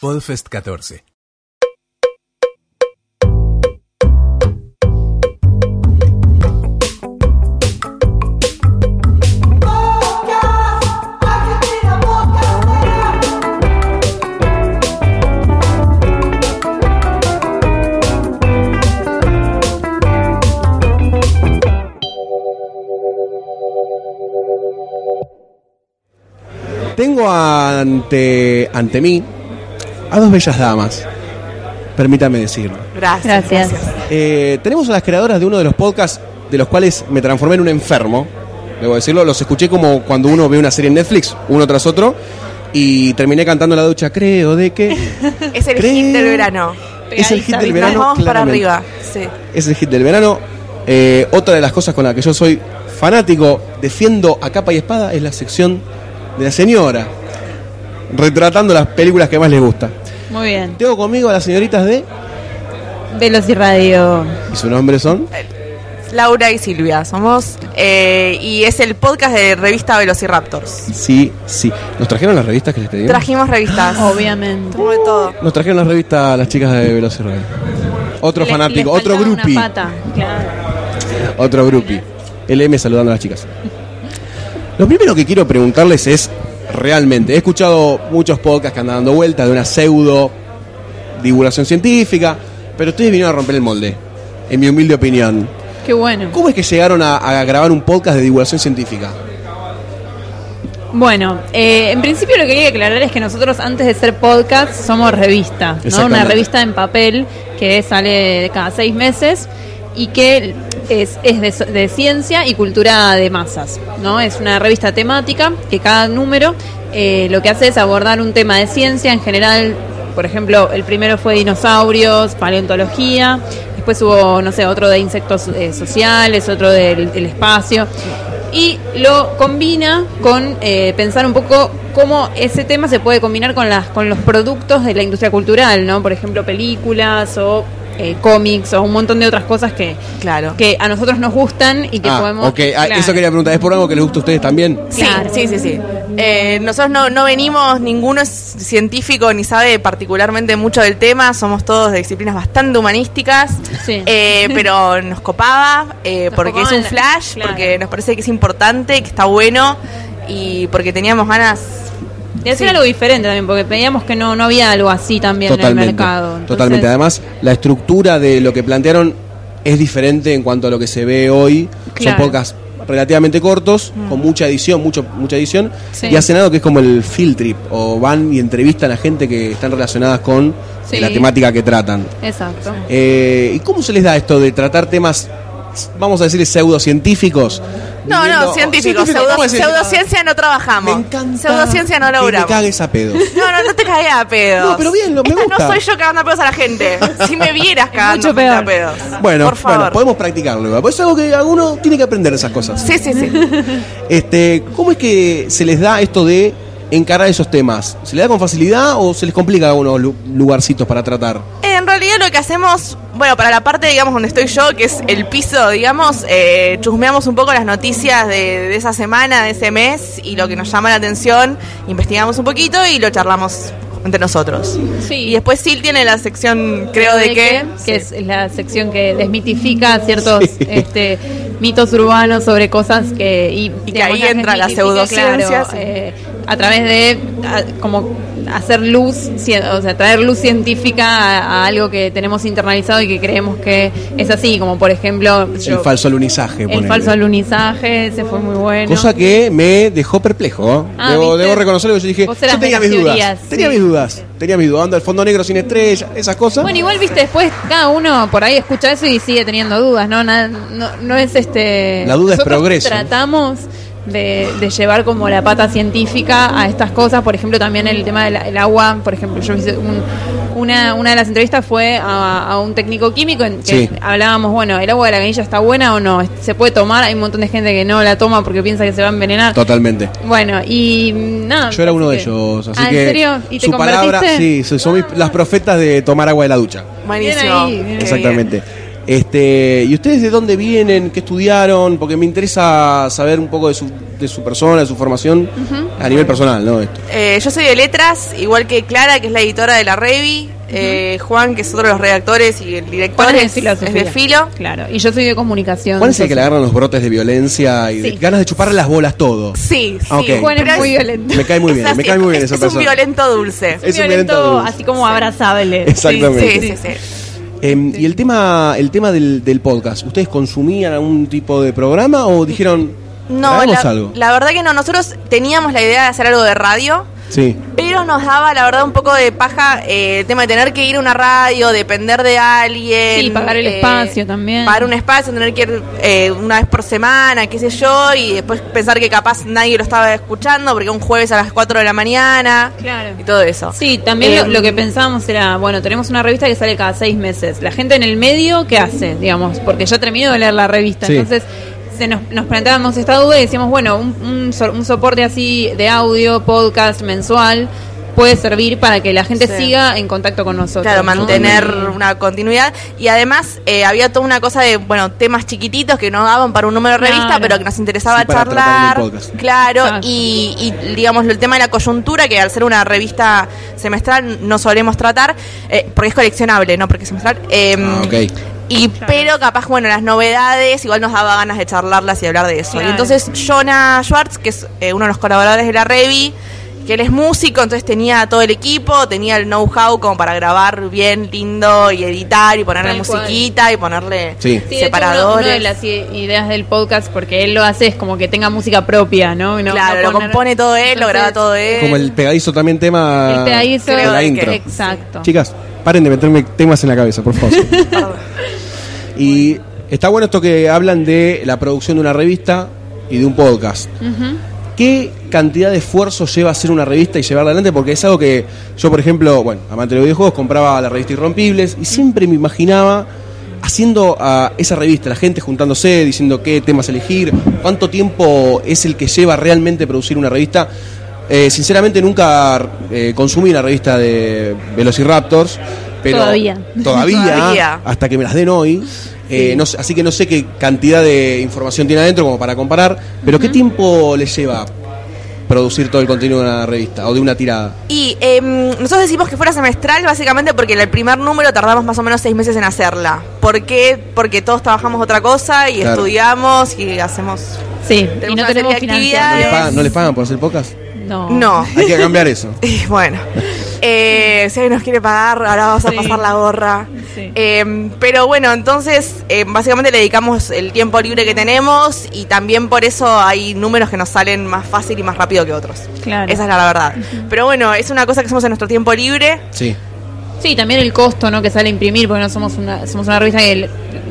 Podfest 14. Tengo ante, ante mí a dos bellas damas, permítame decirlo. Gracias. Gracias. Eh, tenemos a las creadoras de uno de los podcasts de los cuales me transformé en un enfermo, debo decirlo, los escuché como cuando uno ve una serie en Netflix, uno tras otro, y terminé cantando en la ducha, creo, de que... Es el Creo- hit del verano. es el hit del Nos verano. vamos para claramente. arriba. Sí. es el hit del verano. Eh, otra de las cosas con la que yo soy fanático, defiendo a capa y espada, es la sección de la señora, retratando las películas que más les gusta. Muy bien. Tengo conmigo a las señoritas de, Veloci Radio. y su nombre son, Laura y Silvia somos. eh, y es el podcast de revista Velociraptors. sí, sí. ¿Nos trajeron las revistas que les pedimos? Trajimos revistas. Obviamente. Hubo de todo. Nos trajeron las revistas las chicas de Velociraptor. Otro Le- fanático, les otro faltaba una grupi, pata, claro. otro grupi. LM saludando a las chicas. Lo primero que quiero preguntarles es, realmente, he escuchado muchos podcasts que andan dando vueltas de una pseudo divulgación científica, pero ustedes vinieron a romper el molde, en mi humilde opinión. Qué bueno. ¿Cómo es que llegaron a, a grabar un podcast de divulgación científica? Bueno, eh, en principio lo que quería aclarar es que nosotros antes de ser podcast somos revista, ¿no? Exactamente. Una revista en papel que sale cada seis meses y que es, es de, so- de ciencia y cultura de masas, ¿no? Es una revista temática que cada número eh, lo que hace es abordar un tema de ciencia en general. Por ejemplo, el primero fue dinosaurios, paleontología, después hubo, no sé, otro de insectos eh, sociales, otro del, del espacio y lo combina con eh, pensar un poco cómo ese tema se puede combinar con las con los productos de la industria cultural, ¿no? Por ejemplo, películas o eh, cómics o un montón de otras cosas que, Claro. que a nosotros nos gustan y que ah, podemos. ok, ah, Claro. eso quería preguntar, ¿es por algo que les gusta a ustedes también? Sí, Claro. sí, sí, sí. Eh, nosotros no, no venimos, ninguno es científico ni sabe particularmente mucho del tema, somos todos de disciplinas bastante humanísticas, Sí. Eh, pero nos copaba, eh, Nos porque es copaba un la- flash, claro. porque nos parece que es importante, que está bueno y porque teníamos ganas... De hacer Sí. algo diferente también, porque veíamos que no, no había algo así también en el mercado. Entonces, Totalmente. Además, la estructura de lo que plantearon es diferente en cuanto a lo que se ve hoy. Claro. Son podcasts relativamente cortos, con mucha edición, mucho, mucha edición, Sí. y hacen algo que es como el field trip, o van y entrevistan a gente que están relacionadas con Sí. la temática que tratan. Exacto. Eh, ¿Y cómo se les da esto de tratar temas, vamos a decir, pseudocientíficos? No, Viviendo- no, científicos, pseudo- ¿cómo decir? pseudociencia no Me trabajamos, encanta pseudociencia no que te logramos. cagues a pedos. No, no, no te cagué a pedos. No, pero bien, lo- me Esta gusta. no soy yo cagando a pedos a la gente. Si me vieras cagando mucho gente a peor. pedos. Bueno, por favor. bueno, podemos practicarlo. igual, porque Es algo que alguno tiene que aprender esas cosas. Sí, sí, sí. Este, ¿Cómo es que se les da esto de encarar esos temas? ¿Se les da con facilidad o se les complica algunos lu- lugarcitos para tratar? En realidad lo que hacemos, bueno, para la parte, digamos, donde estoy yo, que es el piso, digamos, eh, chusmeamos un poco las noticias de, de esa semana, de ese mes, y lo que nos llama la atención, investigamos un poquito y lo charlamos entre nosotros. Sí. Y después Sil tiene la sección, creo, de, que... que es la sección que desmitifica ciertos este, mitos urbanos sobre cosas que y, Y que digamos, ahí las entra la desmitifica, pseudociencia, claro, sí. eh, a través de a- como hacer luz cien- o sea traer luz científica a, a algo que tenemos internalizado y que creemos que es así como por ejemplo el yo- falso alunizaje. el ponele. falso alunizaje ese fue muy bueno Cosa que me dejó perplejo. ¿eh? Ah, debo, ¿viste? debo reconocerlo. Yo dije, Vos eras yo tenía de mis dudas. teorías, Tenía sí. mis dudas. Tenía mis dudas. Ando al fondo negro sin estrella, esas cosas. Bueno, igual viste después cada uno por ahí escucha eso y sigue teniendo dudas, ¿no? Na- no, no es este. La duda es Nosotros progreso. Tratamos de, de llevar como la pata científica a estas cosas, por ejemplo, también el tema del el agua, por ejemplo, yo hice un- una, una de las entrevistas fue a, a un técnico químico en que Sí. hablábamos, bueno, ¿el agua de la canilla está buena o no? ¿Se puede tomar? Hay un montón de gente que no la toma porque piensa que se va a envenenar. Totalmente. Bueno, y mm, nada. Yo era uno de así que- ellos. Así Ah, ¿en que serio? ¿Y te Ah. su palabra, convertiste? sí, son mis- las profetas de tomar agua de la ducha. Buenísimo. Bien ahí, bien Qué Exactamente. Este, ¿Y ustedes de dónde vienen? ¿Qué estudiaron? Porque me interesa saber un poco de su, de su persona, de su formación, a nivel personal, ¿no? Esto. Eh, yo soy de letras, igual que Clara, que es la editora de la Revi. eh, Juan, que es otro de los redactores y el director, Juan es, es de filo. Claro, y yo soy de comunicación. ¿Cuál es el que le social. agarran los brotes de violencia y de- Sí. ganas de chuparle las bolas todo? Sí, sí. Ah, ok. Juan pero es muy violento. Me cae muy bien, es me así, cae muy bien es- esa es persona. un violento dulce. Es un violento dulce. así como abrazable. Exactamente. Sí, sí, sí. sí. Em, y el tema, el tema del, del podcast, ¿ustedes consumían algún tipo de programa o dijeron No, "Hagamos la, algo? la verdad que no. Nosotros teníamos la idea de hacer algo de radio. Sí. Pero nos daba, la verdad, un poco de paja eh, el tema de tener que ir a una radio, depender de alguien. eh, Sí, pagar el espacio también. Pagar un espacio, tener que ir eh, una vez por semana, qué sé yo, y después pensar que capaz nadie lo estaba escuchando porque un jueves a las 4 de la mañana. Claro. Y todo eso. Sí, también Eh, lo, lo que pensábamos era, bueno, tenemos una revista que sale cada seis meses. La gente en el medio, ¿qué hace? Digamos, porque ya terminó de leer la revista. Sí. Entonces, se nos, nos planteábamos esta duda y decíamos, bueno, un, un so- un soporte así de audio, podcast, mensual, puede servir para que la gente Sí. siga en contacto con nosotros. Claro, ¿no? mantener Y- una continuidad. Y además eh, había toda una cosa de, bueno, temas chiquititos que no daban para un número de revista, Claro. pero que nos interesaba Sí, para tratar charlar. en un podcast. Claro, Exacto. y, y, digamos el tema de la coyuntura, que al ser una revista semestral no solemos tratar, eh, porque es coleccionable, no porque es semestral. eh, Ah, ok. Y pero capaz, bueno, las novedades igual nos daba ganas de charlarlas y hablar de eso. Claro. Y entonces Jonah Schwartz, que es eh, uno de los colaboradores de la Revi, que él es músico, entonces tenía todo el equipo, tenía el know-how como para grabar bien, lindo y editar y ponerle Tal cual. musiquita y ponerle Sí. Sí, de hecho, separadores. Una, una de las i- ideas del podcast, porque él lo hace, es como que tenga música propia, ¿no? Y no- claro, no lo poner- compone todo él, lo Entonces, graba todo él. Como el pegadizo también tema El pegadizo- de Creo Ah, la que- intro. Exacto. Chicas, paren de meterme temas en la cabeza, por favor. y está bueno esto que hablan de la producción de una revista y de un podcast. Ujú. ¿Qué cantidad de esfuerzo lleva hacer una revista y llevarla adelante? Porque es algo que yo, por ejemplo, bueno, amante de los videojuegos, compraba la revista Irrompibles y siempre me imaginaba haciendo a esa revista, la gente juntándose, diciendo qué temas elegir, cuánto tiempo es el que lleva realmente producir una revista. Eh, sinceramente nunca eh, consumí una revista de Velociraptors, pero Todavía. todavía, Todavía. hasta que me las den hoy. Eh, no sé- así que no sé qué cantidad de información tiene adentro como para comparar, pero ¿qué tiempo le lleva producir todo el contenido de una revista o de una tirada? Y em, nosotros decimos que fuera semestral básicamente porque el primer número tardamos más o menos seis meses en hacerla. ¿Por qué? Porque todos trabajamos otra cosa y Claro. estudiamos y hacemos... Sí, Tenemos y una serie no tenemos de ¿No financiación. les actividades. pagan, no les pagan por hacer pocas? No. No. Hay que cambiar eso. Y bueno, eh, si alguien nos quiere pagar, ahora vamos a Sí. pasar la gorra. Sí. Eh, pero bueno, entonces eh, básicamente le dedicamos el tiempo libre que tenemos y también por eso hay números que nos salen más fácil y más rápido que otros. Claro. Esa es la la verdad. Pero bueno, es una cosa que hacemos en nuestro tiempo libre. Sí. Sí, también el costo, ¿no? Que sale a imprimir, porque no somos una, somos una revista que l-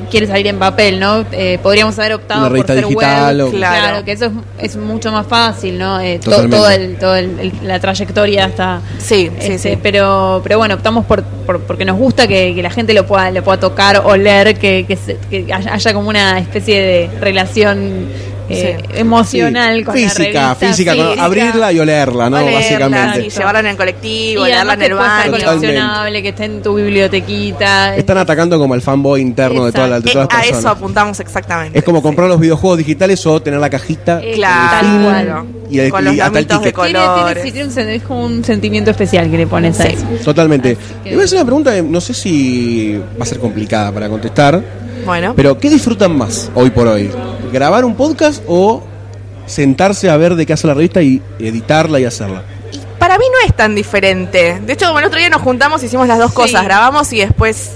quiere salir en papel, ¿no? Eh, podríamos haber optado Una por revista ser digital web. o- Claro. Claro. que eso es, es mucho más fácil, ¿no? Eh, to- Totalmente. todo el, todo el- el- la trayectoria hasta. Sí, sí, este, sí. Pero, pero bueno, optamos por, por- porque nos gusta que, que la gente lo pueda, lo pueda tocar, oler, que, que, se- que haya, haya como una especie de relación eh, Sí. emocional Sí. con la física, revista, física, con- física. abrirla y olerla, ¿no? Olerla, Básicamente. Y llevarla en el colectivo, Y leerla además en el que pueda estar baño. Totalmente. coleccionable, que esté en tu bibliotequita. Están atacando como al fanboy interno de, toda la- de Eh, todas las a eso personas. apuntamos exactamente. Es como sí. comprar los videojuegos digitales o tener la cajita. Eh, Claro. Tal claro. Y el- con y los hasta el lamitos de ticket. Tiene- tiene- colores. sí, tiene un sen- es como un sentimiento especial que le pones a Sí. eso. Totalmente. que- Le voy a hacer una pregunta, que no sé si va a ser complicada para contestar. Bueno. Pero, ¿qué disfrutan más hoy por hoy? ¿Grabar un podcast o sentarse a ver de qué hace la revista y editarla y hacerla? Y para mí no es tan diferente. De hecho, como el otro día nos juntamos, hicimos las dos Sí. cosas. Grabamos y después.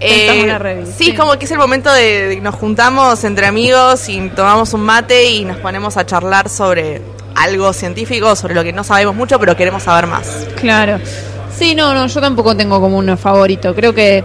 eh, Pensamos la revista. sí, es como que es el momento de, de que nos juntamos entre amigos y tomamos un mate y nos ponemos a charlar sobre algo científico, sobre lo que no sabemos mucho, pero queremos saber más. Claro. Sí, no, no, yo tampoco tengo como un favorito. Creo que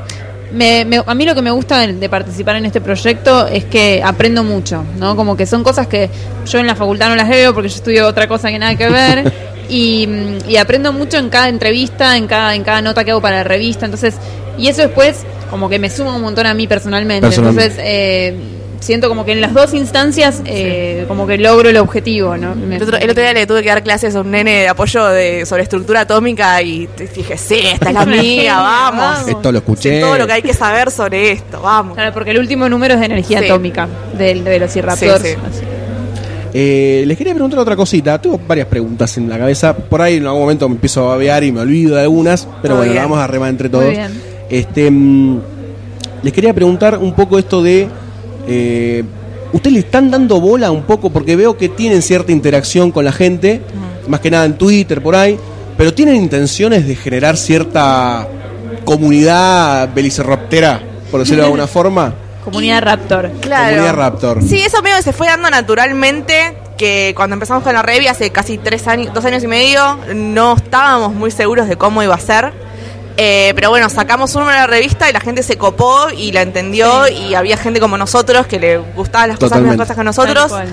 me- me- a mí lo que me gusta de, de participar en este proyecto es que aprendo mucho, ¿no? Como que son cosas que yo en la facultad no las veo porque yo estudio otra cosa que nada que ver. Y, mm, y aprendo mucho en cada entrevista, en cada, en cada nota que hago para la revista. Entonces, y eso después como que me suma un montón a mí personalmente. Personalmente. Entonces, eh, siento como que en las dos instancias eh, como que logro el objetivo, ¿no? Me- El otro, el otro día le tuve que dar clases a un nene de apoyo de, sobre estructura atómica y te dije, sí, esta es la mía, vamos. Esto lo escuché. Todo lo que hay que saber sobre esto, vamos. Claro, porque el último número es de energía Sí. atómica del Velociraptor. Sí, sí. Así. Eh, les quería preguntar otra cosita. Tengo varias preguntas en la cabeza. Por ahí en algún momento me empiezo a babear y me olvido de algunas. Pero Muy bueno, la bien. vamos a remar entre todos. Muy bien. Este, mm, les quería preguntar un poco esto de. eh, ¿Ustedes le están dando bola un poco? Porque veo que tienen cierta interacción con la gente. Mm. Más que nada en Twitter, por ahí. Pero tienen intenciones de generar cierta comunidad belicerroptera, por decirlo de alguna forma. Comunidad Raptor. Claro. Comunidad Raptor. Sí, eso medio que se fue dando naturalmente. Que cuando empezamos con la revia hace casi tres años, dos años y medio, no estábamos muy seguros de cómo iba a ser. Eh, pero bueno, sacamos uno de la revista y la gente se copó y la entendió. Y había gente como nosotros que le gustaban las cosas, las Totalmente. cosas que a nosotros. Tal cual.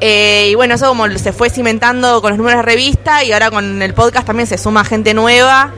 Eh, y bueno, eso como se fue cimentando con los números de revista y ahora con el podcast también se suma gente nueva.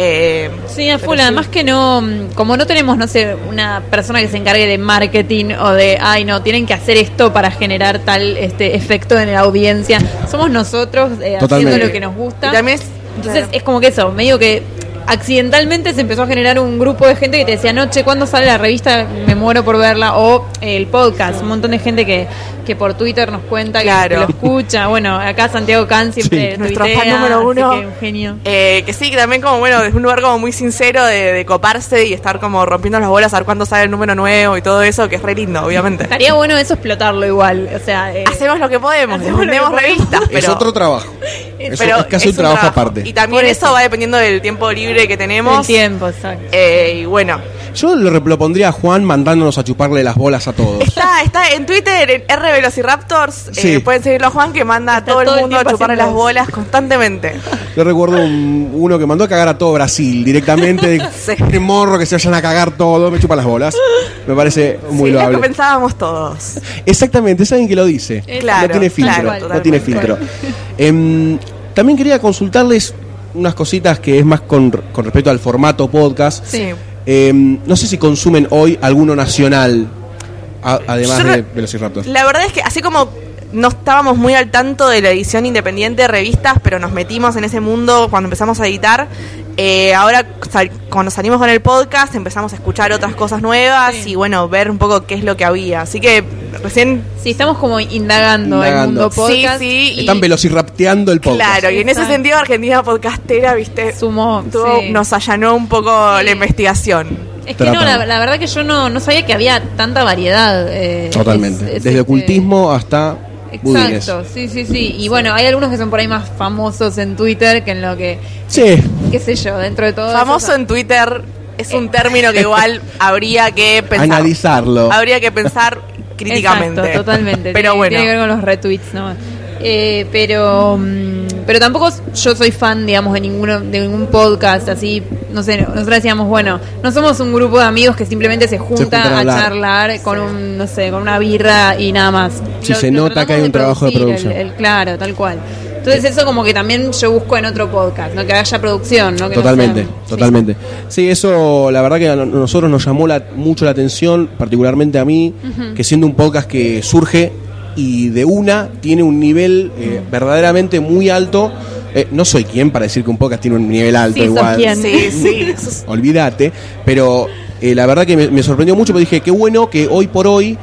Eh, Sí, a pero full, sí. además que no, mm, como no tenemos, no sé, una persona que se encargue de marketing o de, ay no, tienen que hacer esto para generar tal este efecto en la audiencia. Somos nosotros eh, haciendo Totalmente. lo que nos gusta. Y también es- Entonces claro. es como que eso, medio que accidentalmente se empezó a generar un grupo de gente que te decía, noche, ¿cuándo sale la revista? Me muero por verla. O eh, el podcast, un montón de gente que, que por Twitter nos cuenta, que- Claro. que, lo escucha. Bueno, acá Santiago Can siempre Sí. Nuestro fan tuitea, número así uno. que un genio. Eh, que sí, que también como, bueno, es un lugar como muy sincero de, de coparse y estar como rompiendo las bolas a ver cuándo sale el número nuevo y todo eso, que es re lindo, obviamente. Estaría bueno eso explotarlo igual, o sea, eh, Hacemos lo que podemos, Hacemos lo que vendemos podemos. revistas, pero... Es otro trabajo. Es, pero es casi un, trabajo, aparte. Y también Por eso. eso. va dependiendo del tiempo libre que tenemos. el tiempo, exacto. Eh, y bueno, Yo le repropondría a Juan mandándonos a chuparle las bolas a todos. está, está en Twitter, en R Velociraptors, eh, Sí. pueden seguirlo a Juan que manda a Está todo el todo el mundo a tiempo chuparle las haciendo eso. bolas constantemente. Yo recuerdo un- uno que mandó a cagar a todo Brasil directamente. Sí. Qué morro que se vayan a cagar todo, me chupa las bolas. Me parece muy Sí, es lo que loable. pensábamos todos. Exactamente, es alguien que lo dice. Claro, no tiene filtro. claro, no tiene totalmente. filtro. Em, también quería consultarles unas cositas que es más con, con respecto al formato podcast. Sí. Em, no sé si consumen hoy alguno nacional, a- además Yo no- de Velociraptor. La verdad es que así como no estábamos muy al tanto de la edición independiente de revistas, pero nos metimos en ese mundo cuando empezamos a editar. eh, ahora, sal- cuando salimos con el podcast, empezamos a escuchar otras cosas nuevas Sí. y bueno, ver un poco qué es lo que había. Así que recién, Sí, estamos como indagando, el Indagando. mundo podcast. Sí, sí, y- Están velocirapteando el podcast. claro, y en ese Exacto. sentido, Argentina Podcastera, viste, Sumó, Tuvo- sí. nos allanó un poco Sí. la investigación. Es que no, Tratan. la, la verdad que yo no, no sabía que había tanta variedad. eh, Totalmente. es- es Desde este- ocultismo hasta budines. Exacto, sí, sí, sí. Y bueno, hay algunos que son por ahí más famosos en Twitter que en lo que, Sí, qué sé yo, dentro de todo. Famoso eso- Eh. en Twitter es un término que igual habría que pensar. analizarlo. Habría que pensar críticamente. Exacto, totalmente. Pero tiene, bueno. Tiene que ver con los retweets nomás. Eh, pero, mm, pero tampoco yo soy fan, digamos, de ninguno de ningún podcast. Así, no sé, nosotros decíamos, bueno, no somos un grupo de amigos que simplemente se junta juntan a a, hablar. charlar con un, no sé, con una birra y nada más. Sí, se nota tratamos que hay un trabajo de producir, producción. el- el- claro, tal cual. Entonces eso como que también yo busco en otro podcast, ¿no? Que haya producción, ¿no? Que no Totalmente, sea- sí. totalmente. Sí. eso la verdad que a no- nosotros nos llamó la- mucho la atención, particularmente a mí, que siendo un podcast que surge y de una tiene un nivel eh, verdaderamente muy alto. Eh, no soy quien para decir que un podcast tiene un nivel alto Sí, sos igual. quien. Sí, sí. eso es- olvídate. Pero eh, la verdad que me, me sorprendió mucho, porque dije, qué bueno que hoy por hoy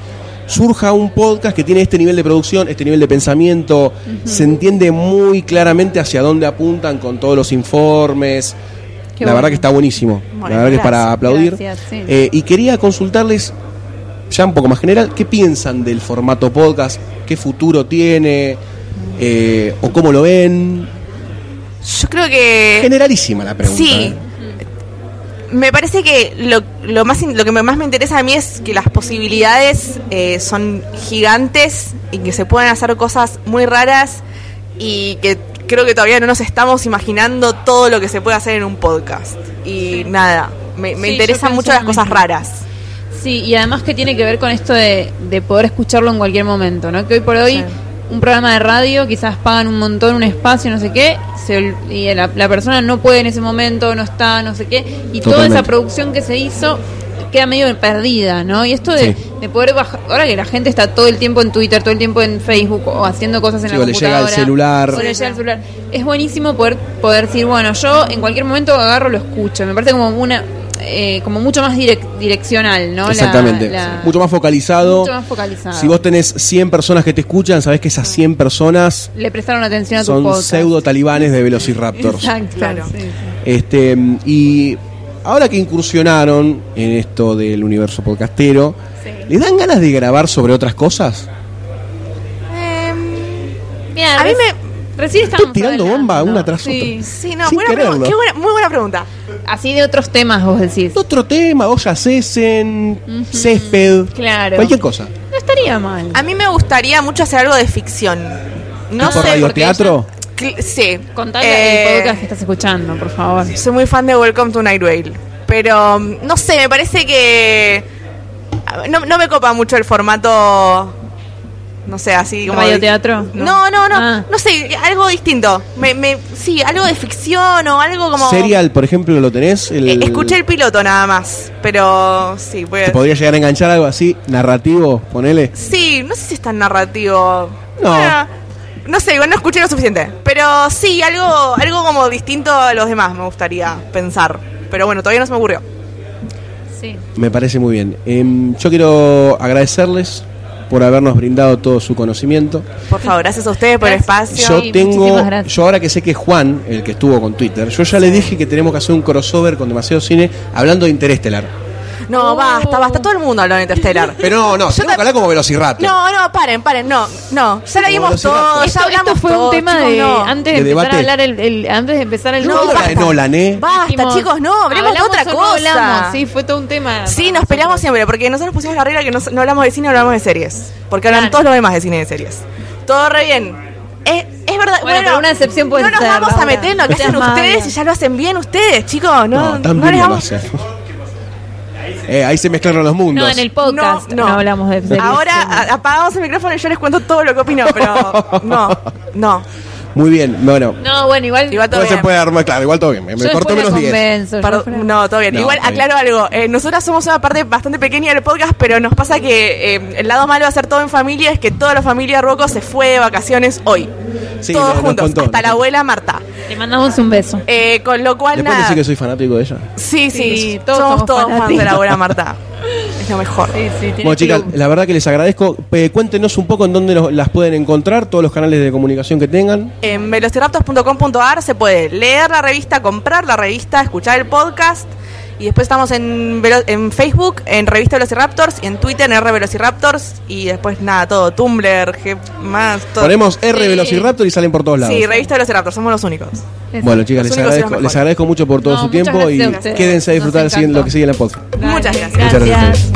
surja un podcast que tiene este nivel de producción, este nivel de pensamiento, se entiende muy claramente hacia dónde apuntan con todos los informes. Qué la bueno. verdad que está buenísimo, Bueno, la verdad que es para gracias, aplaudir. gracias, sí. Eh, y quería consultarles, ya un poco más general, ¿qué piensan del formato podcast? ¿Qué futuro tiene? Eh, ¿O cómo lo ven? Yo creo Eh, que. Generalísima la pregunta. Sí. ¿eh? Me parece que lo, lo más in- lo que me- más me interesa a mí es que las posibilidades eh, son gigantes y que se pueden hacer cosas muy raras y que creo que todavía no nos estamos imaginando todo lo que se puede hacer en un podcast. Y nada, me, me Sí, yo interesan pienso mucho las lo cosas mismo. raras. Sí, y además que tiene que ver con esto de, de poder escucharlo en cualquier momento, ¿no? Que hoy por hoy Sí. un programa de radio quizás pagan un montón, un espacio, no sé qué, se ol- y la, la persona no puede en ese momento, no está, no sé qué, y toda Totalmente. esa producción que se hizo queda medio perdida, ¿no? Y esto de, Sí. de poder bajar, ahora que la gente está todo el tiempo en Twitter, todo el tiempo en Facebook o haciendo cosas en Sí, la o le llega computadora. al celular. o le llega al celular. Es buenísimo poder, poder decir, bueno, yo en cualquier momento agarro, lo escucho. Me parece como una, eh, como mucho más direc- direccional, ¿no? La- Exactamente. la- mucho más focalizado. mucho más focalizado. Si vos tenés 100 personas que te escuchan, sabés que esas 100 personas le prestaron atención a tu son podcast. pseudo talibanes de Velociraptors. Exacto. Claro. sí, sí. Este, y ahora que incursionaron en esto del universo podcastero, ¿le dan ganas de grabar sobre otras cosas? Em, Mira, a mí reci- me. recién Estoy estábamos tirando hablando. bomba una tras Sí. otra. Sí, no, Sin buena quererlo. pregunta. Qué buena- muy buena pregunta. Así de otros temas vos decís. Otro tema, ollas cesen, césped, Claro. cualquier cosa. No estaría mal. A mí me gustaría mucho hacer algo de ficción. No ¿Tipo sé. radioteatro? Cl- Sí. Contale Eh, el podcast que estás escuchando, por favor. Soy muy fan de Welcome to Night Vale. Pero mm, no sé, me parece que. a- No, no me copa mucho el formato. No sé, así como. ¿Radioteatro? No, no, no. Ah. No sé, algo distinto. Me, me- sí, algo de ficción o algo como. Serial, por ejemplo, ¿lo tenés? El- Eh, escuché el piloto nada más. Pero sí, pues, voy a- ¿Te podría llegar a enganchar algo así, narrativo, ponele? Sí, no sé si es tan narrativo. No. Bueno, no sé, igual no escuché lo suficiente. Pero sí, algo, algo como distinto a los demás me gustaría pensar. Pero bueno, todavía no se me ocurrió. Sí. Me parece muy bien. Em, yo quiero agradecerles por habernos brindado todo su conocimiento. Por favor, gracias a ustedes por el espacio. Yo Sí, tengo, muchísimas gracias. yo ahora que sé que es Juan, el que estuvo con Twitter, yo ya le dije que tenemos que hacer un crossover con demasiado cine hablando de Interestelar. No, Oh. basta, basta. Todo el mundo habló de Interstellar. Pero no, no, tenemos que hablar como Velociraptor. No, no, paren, paren. No, no. Ya Como lo vimos Velociraptor. Esto- todo. Ya Esto, hablamos esto fue todo, un tema chicos, de. no. Antes De de, empezar debate. a hablar el, el- Antes de empezar el No, podcast, la de Nolan, ¿eh? Basta, dijimos, chicos, no. Hablemos de ¿hablamos otra o no cosa. hablamos? Sí, fue todo un tema. Sí, para nos peleamos nosotros. siempre, porque nosotros pusimos la regla que no, no hablamos de cine, hablamos de series. Porque hablan Claro. todos los demás de cine y de series. Todo re bien. Es, es verdad. Bueno, pero una excepción puede No nos ser, vamos a Laura. meter en lo que No seas hacen ustedes mala. y ya lo hacen bien ustedes, chicos. No, No, tan no bien les no lo vamos. hacen. Eh, ahí se mezclaron los mundos. No, en el podcast no, hablamos de series. Ahora a- apagamos el micrófono y yo les cuento todo lo que opino, pero no, no. Muy bien, bueno. No, bueno, igual. Igual todo Igual se bien. puede armar, claro, igual todo bien. Me yo cortó después menos la 10. convenzo, yo Perdón, después la- no, todo bien. No, Igual está bien. aclaro algo. Eh, nosotras somos una parte bastante pequeña del podcast, pero nos pasa que eh, el lado malo de hacer todo en familia es que toda la familia Rocco se fue de vacaciones hoy. Sí, Todos nos- nos juntos, contó, hasta nos la contó. abuela Marta. Te mandamos un beso. Eh, con lo cual, ¿Le puedes nada. decir que soy fanático de ella? Sí, sí, Sí, todos todos somos, somos todos fans de fanáticos. la abuela Marta. Es lo mejor. Sí, sí, tiene Bueno, chicas, club. la verdad que les agradezco. Eh, cuéntenos un poco en dónde nos- las pueden encontrar, todos los canales de comunicación que tengan. En velociraptors.com.ar se puede leer la revista, comprar la revista, escuchar el podcast. Y después estamos en, Velo- en Facebook, en Revista Velociraptors, y en Twitter, en R Velociraptors. Y después, nada, todo, Tumblr, G, más, todo. Ponemos R Sí. Velociraptor y salen por todos lados. Sí, Revista Velociraptors, somos los únicos. Bueno, chicas, les Los únicos y los agradezco, les mejores. agradezco mucho por todo No, su muchas tiempo y gracias a ustedes. quédense a Nos disfrutar encantó. lo que sigue en la podcast. Dale, Muchas gracias. Muchas gracias.